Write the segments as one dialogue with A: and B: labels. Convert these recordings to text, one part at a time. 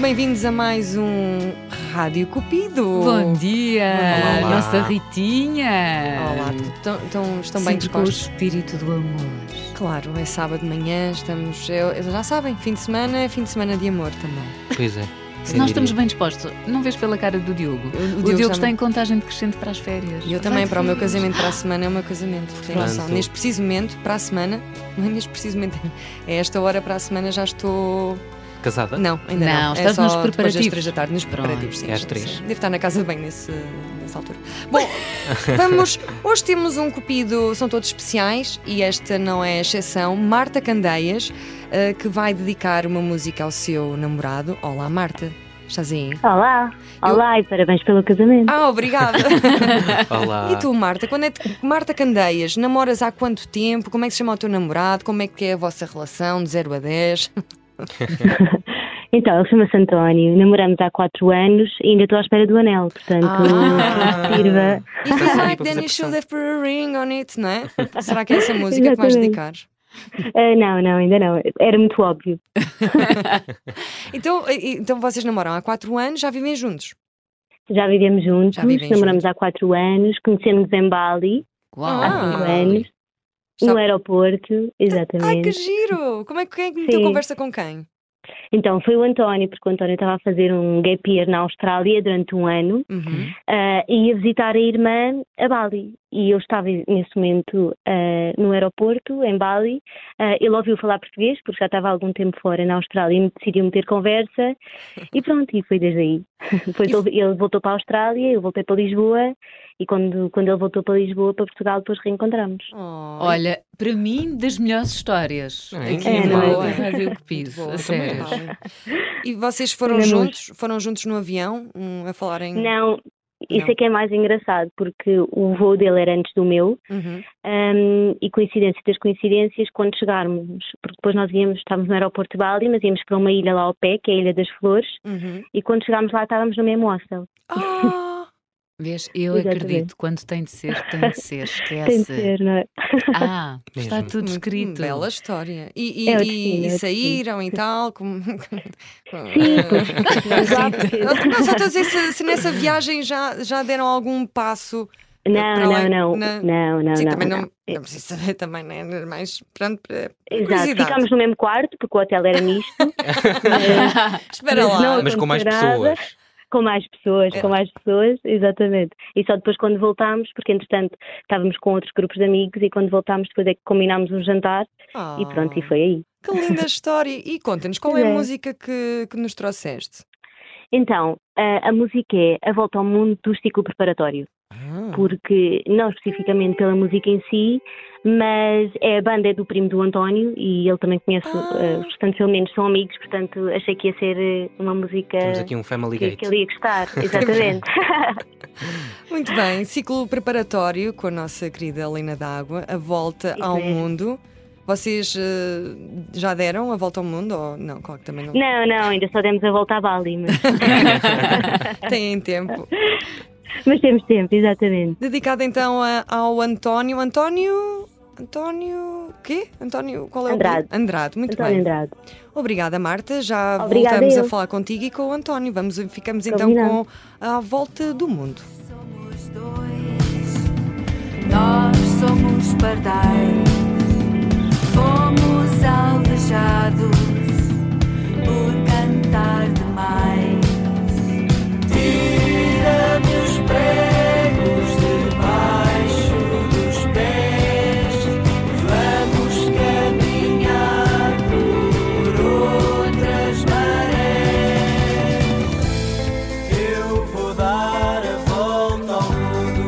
A: bem-vindos a mais um Rádio Cupido.
B: Bom dia,
A: Olá,
C: olá.
B: nossa Ritinha.
A: Olá, tão, tão, estão bem
B: Sempre com o
A: dispostos?
B: espírito do amor.
A: Claro, é sábado de manhã, estamos. eu- Já sabem, fim de semana é fim de semana de amor também.
C: Pois é.
B: Se
C: Quem
B: nós
C: diria?
B: estamos bem dispostos, não vês pela cara do Diogo? O, Diogo,
A: já me-
B: está em contagem decrescente para as férias.
A: E eu
B: Vai
A: também,
B: de
A: para o meu
B: férias.
A: casamento para a semana é o meu casamento. Tem
C: Portanto-
A: noção. Neste preciso momento, para a semana, não é neste preciso momento, é esta hora para a semana já estou.
C: Casada?
A: Não, ainda não.
B: Não,
A: É
B: estás
A: só
B: nos
A: Depois das
B: preparativos.
A: 3 da tarde, nos
B: Pronto.
A: preparativos, sim.
C: É às
A: sim,
C: três.
A: sim. Devo estar na casa de bem nesse, nessa altura. Bom, vamos. Hoje temos um cupido, são todos especiais e esta não é a exceção. Marta Candeias, eh, que vai dedicar uma música ao seu namorado. Olá, Marta. Estás aí?
D: Olá, olá e parabéns pelo casamento.
A: Ah, obrigada.
C: Olá.
A: E tu, Marta, quando é que- Marta Candeias, namoras há quanto tempo? Como é que se chama o teu namorado? Como é que é a vossa relação de 0 a 10?
D: Então, ele chama-se António, namoramos há quatro anos e ainda estou à espera do anel, portanto,
A: Ah.
D: que sirva.
A: If
C: Sim,
A: you
C: para
A: like,
C: fazer
A: then you
C: pressão.
A: should have put a ring on it, não é? Será que é essa música que vais
D: Exatamente.
A: dedicar?
D: Ah, não, não, ainda não, era muito óbvio.
A: Então, e- então vocês namoram há 4 anos, já vivem juntos.
D: Já vivemos juntos,
A: Já vivem
D: namoramos há quatro anos, conhecemos em Bali
B: Uau.
D: há
A: Ah.
D: cinco anos,
A: Está-
D: no aeroporto,
A: Ai, que
D: exatamente.
A: giro! Como é que quem é que meteu
D: Sim.
A: conversa com quem?
D: Então, foi o António, porque o António estava a fazer um gap year na Austrália durante um ano
A: Uhum.
D: Ah, e ia visitar a irmã a Bali. E eu estava nesse momento ah, no aeroporto, em Bali. Ah, ele ouviu falar português, porque já estava há algum tempo fora na Austrália e me- decidiu meter conversa. E pronto, e foi desde aí. Foi,
A: E-
D: Ele voltou para a Austrália, eu voltei para Lisboa. E quando, quando ele voltou para Lisboa, para Portugal, depois reencontramos.
A: Oh,
B: Olha, para mim, das melhores histórias.
C: É,
B: Aqui
D: é,
B: no
D: não é?
B: Rádio
A: Ah, muito
B: Cupido,
A: boa,
B: a
A: muito
B: sério.
A: boa. E vocês foram
D: Ainda não.
A: juntos? Foram juntos no avião hum, a falarem?
D: é Não, isso
A: Não.
D: é que é mais engraçado, porque o voo dele era antes do meu.
A: Uhum.
D: Hum, e coincidência das coincidências, quando chegarmos, porque depois nós íamos, estávamos no aeroporto de Bali, mas íamos para uma ilha lá ao pé, que é a Ilha das Flores,
A: Uhum.
D: e quando chegámos lá estávamos no mesmo hostel.
A: Ah!
B: Vês, eu
D: Exatamente.
B: acredito, quando tem de ser, tem de ser,
D: Tem de
B: esquece.
D: ser, não é?
B: Ah, está
C: Mesmo.
B: tudo
A: Muito
B: escrito.
A: Bela história. E, e,
D: É o
A: e-
D: destino,
A: e
D: é o
A: saíram e tal? Como...
D: Sim, pois ficámos lá porque-
A: Não, só estou a dizer se, se nessa viagem já, já deram algum passo.
D: Não,
A: Para lá,
D: não, não,
A: na-
D: não, Ah, não,
A: Sim,
D: não,
A: também não,
D: não.
A: não preciso saber, também, né? Mas pronto, para- para
D: Exato,
A: curiosidade.
D: ficámos no mesmo quarto, porque o hotel era misto,
A: Espera
D: mas
A: lá.
D: não-
C: Mas com mais
D: aconteceu nada.
C: pessoas.
D: com mais pessoas,
C: É.
D: com mais pessoas, exatamente. E só depois quando voltámos, porque entretanto estávamos com outros grupos de amigos, e quando voltámos depois é que combinámos um jantar,
A: Ah,
D: e pronto, e foi aí.
A: Que linda história. E conta-nos qual é a
D: Pois é.
A: música que, que nos trouxeste?
D: Então, a, a música é A Volta ao Mundo do Ciclo Preparatório,
C: Ah.
D: porque não especificamente pela música em si, mas é a banda é do primo do António e ele também conhece,
A: Ah.
D: eh, os restantes elementos são amigos, portanto achei que ia ser eh, uma música
C: Temos aqui um Family
D: que, que
C: Gate.
D: ele ia gostar, exatamente.
A: Muito bem, ciclo preparatório com a nossa querida Helena D'Água, a volta
D: Isso é.
A: ao
D: mesmo.
A: mundo. Vocês eh, já deram a volta ao mundo? Ou não, claro que também não,
D: não, não, ainda só demos a volta a Bali, mas,
A: têm tempo.
D: mas temos tempo, exatamente.
A: Dedicado então a- ao António. António. António. Quê? António. Qual é
D: Andrade.
A: o. Andrade. Muito
D: António
A: bem.
D: Andrade.
A: Obrigada, Marta. Já
D: Obrigada
A: voltamos a
D: eu.
A: falar contigo e com o António. Vamos, ficamos então
D: Combinado.
A: com a volta do mundo.
E: Somos dois, nós somos pardais, fomos alvejados por cantar demais. Tira-me os pregos debaixo dos pés, vamos caminhar por outras marés. Eu vou dar a volta ao mundo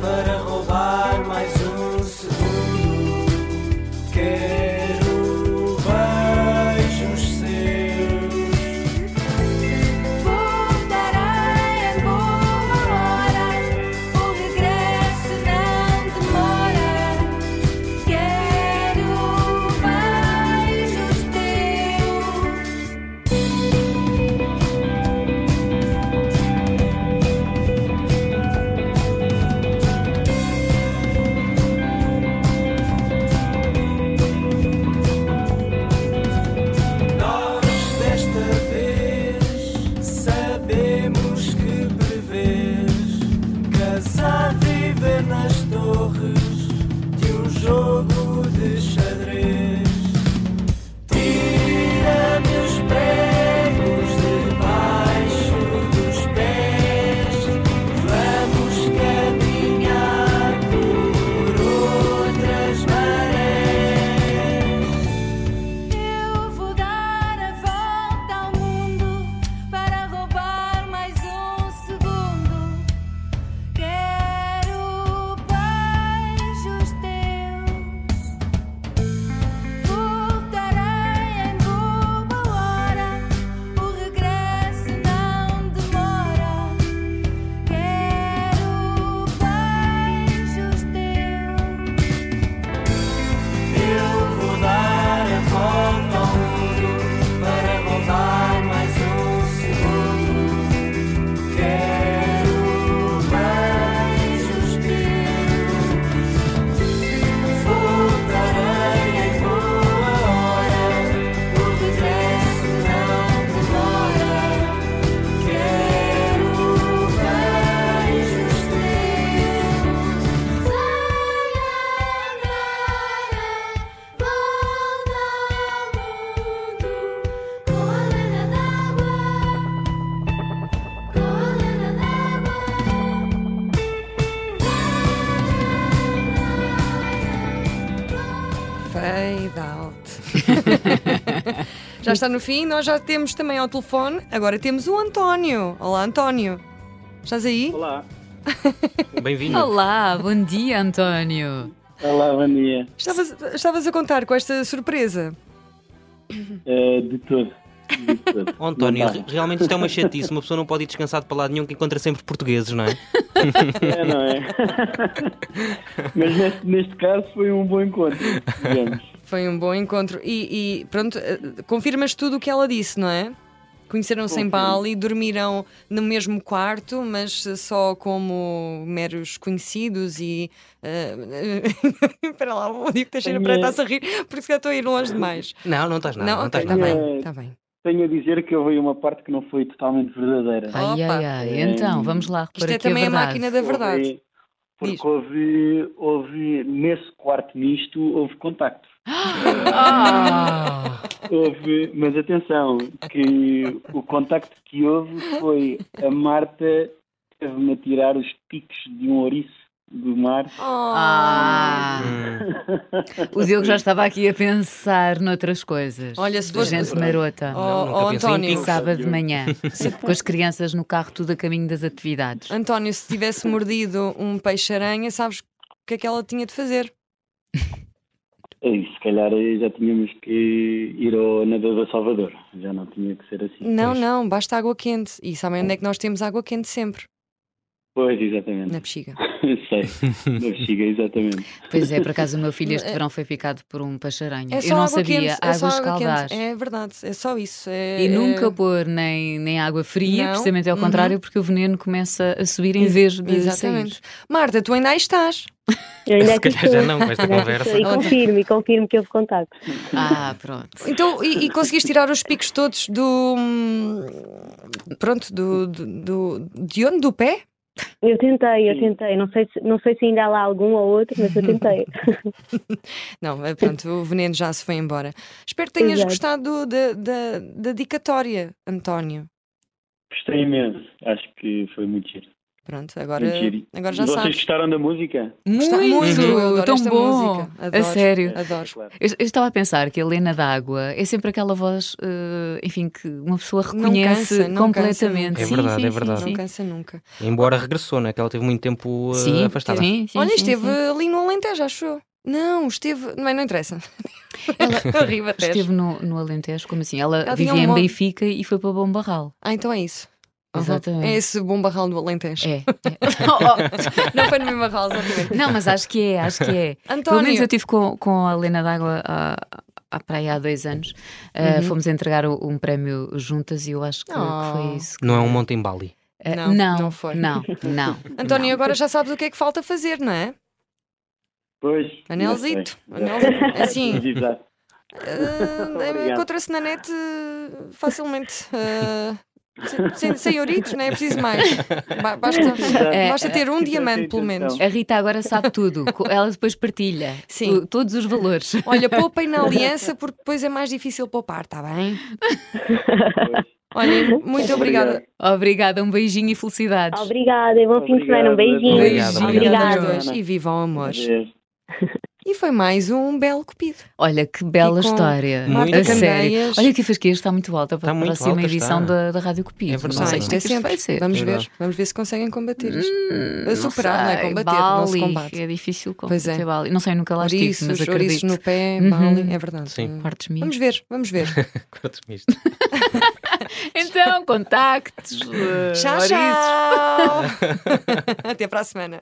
E: para roubar mais um segundo. pequenas torres de um jogo de xadrez. Tira-me os pregos debaixo dos pés. Vamos caminhar por outras marés.
F: Eu vou dar a volta ao mundo para roubar mais um segundo. Quero beijos teus. Voltarei em boa hora. O regresso não demora. Quero beijos teus.
E: Eu vou dar a volta ao mundo para voltar mais um segundo. Quero beijos teus. Voltarei em boa hora. O regresso não demora. Quero beijos teus.
F: Vai andar a volta ao mundo com a lenda d'água, com a lenda d'água.
A: Fade out. já está no fim, nós já temos também ao telefone, agora temos o António. Olá, António. Estás aí?
G: Olá,
C: Bem-vindo.
B: Olá, bom dia, António.
G: olá, bom dia.
A: Estavas, estavas a contar com esta surpresa.
G: Eh, de todo. De todo.
C: Ó, António,
G: Não
C: re-
G: dá.
C: realmente isto é uma chatice. Uma pessoa não pode ir descansar de para lado nenhum que encontra sempre portugueses, não é?
G: É, não é? Mas neste, neste caso foi um bom encontro, digamos.
A: Foi um bom encontro. E, e, pronto, eh, confirmas tudo o que ela disse, não é? Conheceram-se em Bali, dormiram no mesmo quarto, mas eh, só como meros conhecidos e. eh, Espera lá, um o Diego Teixeira para está-se a rir, porque se calhar estou a ir longe demais.
C: Não, não estás nada.
A: não,
C: Não, tá
A: ok, está
C: estás nada.
A: bem, está bem.
G: Tenho a dizer que houve uma parte que não foi totalmente verdadeira.
B: Ai,
A: Opa.
B: ai, ai. Então, vamos lá
A: Isto
B: reparar
A: é
B: que Ah, é
A: também a
B: verdade.
A: máquina da verdade.
G: Houve- porque
A: Diz.
G: houve, houve, nesse quarto misto, houve contacto.
B: Ah!
G: Houve, mas atenção, que o contacto que houve foi a Marta teve-me a tirar os picos de um ouriço do mar
B: Ah!
C: Hum,
B: O Diogo já estava aqui a pensar noutras coisas.
A: Olha, se
B: De
A: fosse-
B: gente marota.
A: Oh,
C: Não, nunca
A: oh,
C: pensei em
A: António,
C: picos.
B: Sábado de manhã, com as crianças no carro, tudo a caminho das atividades.
A: António, se tivesse mordido um peixe-aranha, sabes o que é que ela tinha de fazer?
G: Ei, É Se calhar já tínhamos que ir ao nadador Salvador. Já não tinha que ser assim.
A: Não,
C: Pois.
A: não, basta água quente. E sabem onde é que nós temos água quente sempre?
G: Pois,
A: Na
G: exatamente.
A: bexiga.
G: Sei. Na bexiga, exatamente.
B: Pois é, por acaso o meu filho este verão foi picado por um pacharanho.
A: É só
B: Eu não
A: água
B: sabia
A: quente, é
B: água
A: só água
B: escaldar.
A: quente. É verdade, é só isso. é-
B: E nunca
A: é-
B: pôr nem, nem água fria,
A: Não.
B: precisamente ao
A: Uhum.
B: contrário, porque o veneno começa a subir em
A: Ex-
B: vez de
A: Exatamente.
B: sair.
A: Marta, tu ainda aí estás.
D: Eu ainda
C: Se
D: aqui
C: calhar já
D: estou.
C: não com esta
D: Ainda aqui estou.
C: conversa.
D: E confirmo, e confirmo que houve contacto.
B: Ah, pronto.
A: Então, e, e conseguiste tirar os picos todos do. hum, Pronto, do. do, do- de onde? Do pé?
D: Eu tentei, eu tentei. Não sei, se, não sei se ainda há lá algum ou outro, mas eu tentei.
A: Não, eh, pronto, o veneno já se foi embora. Espero que tenhas
D: Exato.
A: gostado da, da, da dicatória, António.
G: Gostei imenso. Acho que foi muito giro.
A: Pronto, agora,
G: muito giro.
A: agora já
G: Vocês
A: sabes.
G: gostaram da música?
B: Muito,
A: muito, eu adoro
B: tão
A: esta
B: bom.
A: música,
B: A
A: adoro.
B: sério.
A: Adoro.
G: É, Claro.
B: Eu, eu estava a pensar que a Helena d'Água é sempre aquela voz, eh, enfim, que uma pessoa
A: Não
B: reconhece
A: cansa, não cansa
B: completamente.
A: nunca.
C: É
B: Sim,
C: verdade,
B: sim,
C: é verdade.
A: Não
B: Sim, sim.
A: cansa nunca.
C: Embora regressou, não é? Que ela teve muito tempo uh,
B: Sim,
C: afastada.
B: sim, sim,
A: Olha,
B: sim,
A: esteve
B: sim.
A: ali no Alentejo, achou? Não, esteve. Não, é, não interessa. É
B: Ela
A: Arriba
B: esteve no, no Alentejo, como assim? Ela,
A: Ela tinha
B: vivia
A: um
B: em
A: monte-
B: Benfica e foi para Bom Barral.
A: Ah, então é isso. Uhum.
B: Exatamente.
A: É Oh, esse bom barral do Alentejo.
B: É. é.
A: Não foi no mesmo barral, exatamente.
B: Não, mas acho que é, acho que é. Pelo menos eu
A: António,
B: estive com, com a Helena d'Água à, à praia há dois anos. Uh,
A: Uhum.
B: Fomos entregar o- um prémio juntas e eu acho que, que
A: Oh.
B: foi isso. que-
C: Não é um monte em Bali.
B: Uh,
A: Não,
B: não,
A: não foi.
B: Não, não.
A: António
B: não.
A: agora já sabes o que é que falta fazer, não é?
G: Pois.
A: Anelzito.
G: já sei.
A: Anelzito. É assim.
G: Exato.
A: Ah,
G: Obrigado.
A: Encontra-se na net ah, facilmente. Ah, eh, Sem- Sem, sem ouriços, não é preciso mais. Ba- Basta,
G: Exato.
A: basta ter um
G: Essa é a
A: diamante, pelo
G: intenção.
A: menos.
B: A Rita agora sabe tudo. Co- Ela depois partilha
A: Sim.
B: o- todos os valores.
A: Olha, poupem na aliança porque depois é mais difícil poupar, está bem?
G: Pois.
A: Olha, muito obrigada.
B: Obrigada, um beijinho e felicidades.
D: Obrigada, e bom fim de semana. Um
G: Obrigado,
D: beijinho.
C: Obrigado,
A: Obrigada
D: Obrigada.
A: aos dois
G: Ana.
A: e viva o amor.
G: Adeus.
A: E foi mais um belo cupido.
B: Olha, que bela
A: E com
B: história.
C: Marta
B: a sério.
A: Candeias.
B: Olha que fasquia está muito alta para
C: Está
B: a
C: muito
B: próxima
C: alta,
B: edição
C: está.
B: da, da Rádio Copia.
C: É
A: Não,
C: verdade.
A: sei,
C: Sim.
A: isto é sempre. Vamos
C: É
A: ver.
C: verdade.
A: Vamos ver se conseguem combater isto. A superar, não é?
B: sei,
A: Combater, não se
B: Bali,
A: combate.
B: É difícil
A: Pois é.
B: combater Bali. Não sei, nunca lá estive, mas
A: Ouriços, ouriços
B: acredito.
A: no pé,
B: Uhum.
A: Bali, é verdade.
C: Sim.
B: Quartos mil.
A: Vamos ver, vamos ver.
C: Quartos mistos.
B: Então, contactos. eh,
A: Tchau,
B: ouriços.
A: tchau! Até para a semana.